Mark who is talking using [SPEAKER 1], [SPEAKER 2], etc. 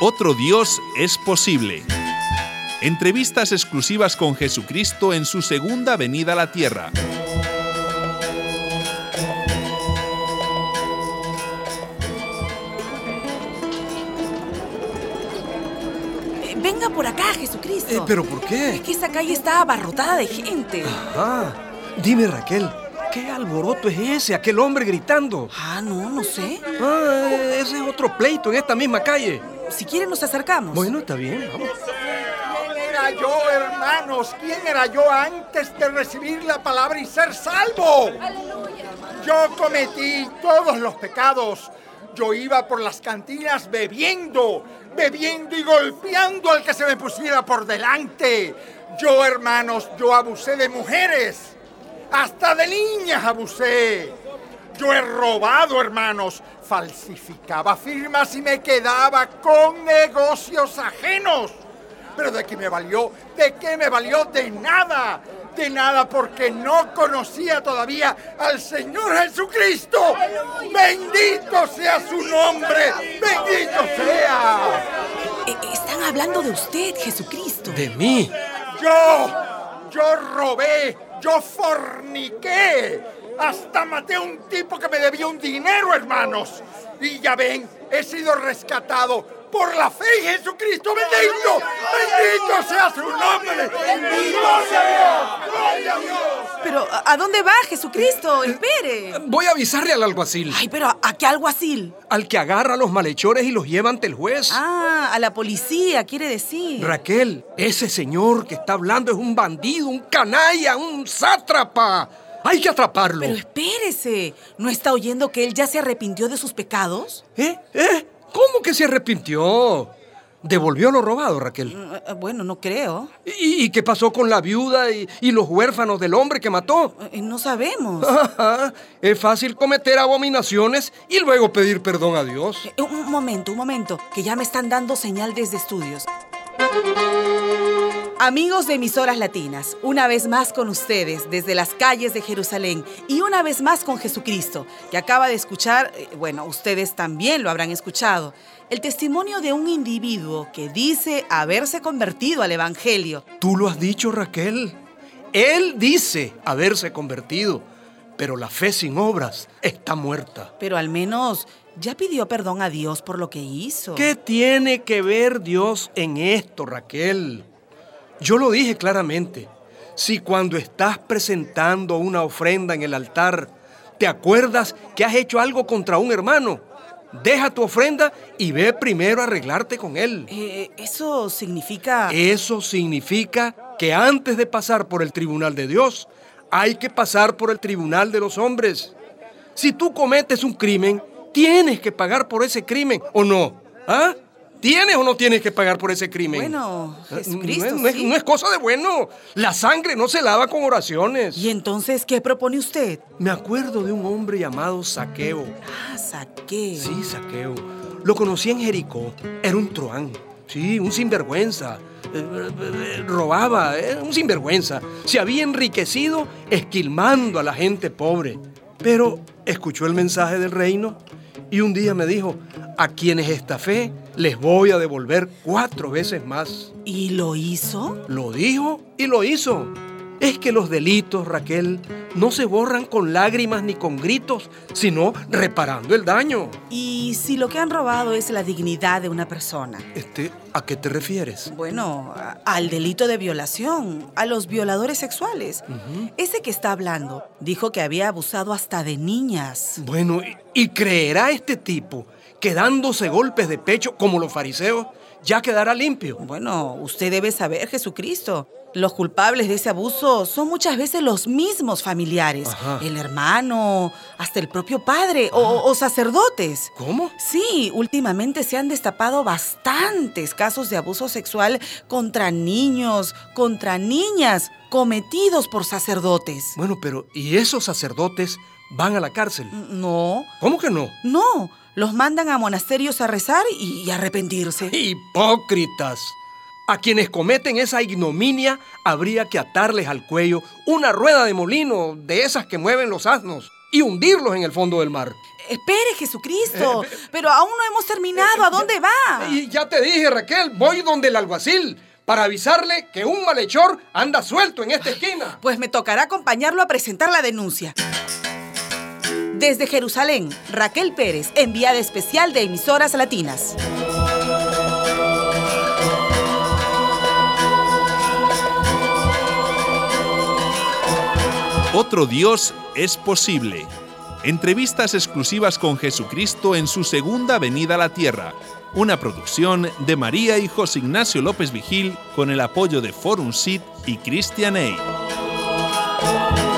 [SPEAKER 1] Otro Dios es posible. Entrevistas exclusivas con Jesucristo en su segunda venida a la tierra.
[SPEAKER 2] Eh, Venga por acá, Jesucristo.
[SPEAKER 3] Eh, ¿Pero por qué?
[SPEAKER 2] Es que esa calle está abarrotada de gente.
[SPEAKER 3] Ah, dime Raquel, ¿qué alboroto es ese? Aquel hombre gritando.
[SPEAKER 2] Ah, no, no sé.
[SPEAKER 3] Ah, ese es otro pleito en esta misma calle.
[SPEAKER 2] Si quieren nos acercamos.
[SPEAKER 3] Bueno, está bien, vamos.
[SPEAKER 4] ¿Quién era yo, hermanos? ¿Quién era yo antes de recibir la palabra y ser salvo? Yo cometí todos los pecados. Yo iba por las cantinas bebiendo, bebiendo y golpeando al que se me pusiera por delante. Yo, hermanos, yo abusé de mujeres. Hasta de niñas abusé. Yo he robado, hermanos. Falsificaba firmas y me quedaba con negocios ajenos. Pero ¿de qué me valió? ¿De qué me valió? De nada. De nada porque no conocía todavía al Señor Jesucristo. Bendito sea su nombre. Bendito sea.
[SPEAKER 2] Eh, están hablando de usted, Jesucristo.
[SPEAKER 3] ¿De mí?
[SPEAKER 4] Yo, yo robé, yo forniqué. Hasta maté a un tipo que me debía un dinero, hermanos. Y ya ven, he sido rescatado por la fe en Jesucristo. Bendito, bendito sea su nombre. Bendito sea. Gloria a Dios.
[SPEAKER 2] Pero, ¿a a dónde va, Jesucristo?
[SPEAKER 3] Eh,
[SPEAKER 2] Espere.
[SPEAKER 3] Voy a avisarle al alguacil,
[SPEAKER 2] Ay, pero ¿a qué alguacil?
[SPEAKER 3] al que agarra a los malhechores y los lleva ante el juez.
[SPEAKER 2] Ah, a la policía, quiere decir.
[SPEAKER 3] Raquel, ese señor que está hablando es un bandido, un canalla, un sátrapa. Hay que atraparlo.
[SPEAKER 2] Pero espérese, ¿no está oyendo que él ya se arrepintió de sus pecados?
[SPEAKER 3] ¿Eh? ¿Eh? ¿Cómo que se arrepintió? Devolvió lo robado, Raquel.
[SPEAKER 2] Eh, eh, Bueno, no creo.
[SPEAKER 3] ¿Y, y qué pasó con la viuda y, y los huérfanos del hombre que mató?
[SPEAKER 2] Eh, No sabemos.
[SPEAKER 3] Ah, Ajá, es fácil cometer abominaciones y luego pedir perdón a Dios.
[SPEAKER 2] Eh, Un momento, un momento, que ya me están dando señal desde estudios. Amigos de emisoras latinas, una vez más con ustedes desde las calles de Jerusalén y una vez más con Jesucristo, que acaba de escuchar, eh, bueno, ustedes también lo habrán escuchado, el testimonio de un individuo que dice haberse convertido al Evangelio.
[SPEAKER 3] Tú lo has dicho, Raquel. Él dice haberse convertido, pero la fe sin obras está muerta.
[SPEAKER 2] Pero al menos ya pidió perdón a Dios por lo que hizo.
[SPEAKER 3] ¿Qué tiene que ver Dios en esto, Raquel? Yo lo dije claramente. Si cuando estás presentando una ofrenda en el altar, te acuerdas que has hecho algo contra un hermano, deja tu ofrenda y ve primero a arreglarte con él.
[SPEAKER 2] Eh, eso significa...
[SPEAKER 3] Eso significa que antes de pasar por el tribunal de Dios, hay que pasar por el tribunal de los hombres. Si tú cometes un crimen, tienes que pagar por ese crimen, ¿o no? ¿Ah? ¿Tienes o no tienes que pagar por ese crimen?
[SPEAKER 2] Bueno,
[SPEAKER 3] Ah,
[SPEAKER 2] Jesucristo,
[SPEAKER 3] No es, no es-
[SPEAKER 2] sí.
[SPEAKER 3] no es cosa de bueno. La sangre no se lava con oraciones.
[SPEAKER 2] ¿Y entonces qué propone usted?
[SPEAKER 3] Me acuerdo de un hombre llamado Saqueo.
[SPEAKER 2] Ah, saqué.
[SPEAKER 3] Sí, Saqueo. Lo conocí en Jericó. Era un truán. Sí, un sinvergüenza. Eh, eh, eh, Robaba, era un sinvergüenza. Se había enriquecido esquilmando a la gente pobre. Pero escuchó el mensaje del reino y un día me dijo, a quienes esta fe les voy a devolver cuatro veces más.
[SPEAKER 2] ¿Y lo hizo?
[SPEAKER 3] Lo dijo y lo hizo. Es que los delitos, Raquel, no se borran con lágrimas ni con gritos, sino reparando el daño.
[SPEAKER 2] ¿Y si lo que han robado es la dignidad de una persona?
[SPEAKER 3] Este, ¿a qué te refieres?
[SPEAKER 2] Bueno, a- al delito de violación, a los violadores sexuales. Ese que está hablando dijo que había abusado hasta de niñas.
[SPEAKER 3] Bueno, ¿y- ¿y creerá este tipo que dándose golpes de pecho como los fariseos ya quedará limpio?
[SPEAKER 2] Bueno, usted debe saber, Jesucristo. Los culpables de ese abuso son muchas veces los mismos familiares,
[SPEAKER 3] Ajá.
[SPEAKER 2] el hermano, hasta el propio padre o- o sacerdotes.
[SPEAKER 3] ¿Cómo?
[SPEAKER 2] Sí, últimamente se han destapado bastantes casos de abuso sexual contra niños, contra niñas, cometidos por sacerdotes.
[SPEAKER 3] Bueno, pero ¿y esos sacerdotes van a la cárcel?
[SPEAKER 2] No,
[SPEAKER 3] ¿Cómo que no?
[SPEAKER 2] no, los mandan a monasterios a rezar y, y
[SPEAKER 3] Eh,
[SPEAKER 2] arrepentirse.
[SPEAKER 3] Hipócritas. A quienes cometen esa ignominia habría que atarles al cuello una rueda de molino de esas que mueven los asnos y hundirlos en el fondo del mar.
[SPEAKER 2] Espere, Jesucristo. pero aún no hemos terminado. ¿A dónde va?
[SPEAKER 3] Y ya te dije, Raquel, voy donde el alguacil para avisarle que un malhechor anda suelto en esta esquina.
[SPEAKER 2] Pues me tocará acompañarlo a presentar la denuncia. Desde Jerusalén, Raquel Pérez, enviada especial de emisoras latinas.
[SPEAKER 1] Otro Dios es posible. Entrevistas exclusivas con Jesucristo en su segunda venida a la tierra. Una producción de María y José Ignacio López Vigil con el apoyo de Forum Sit y Christian Aid.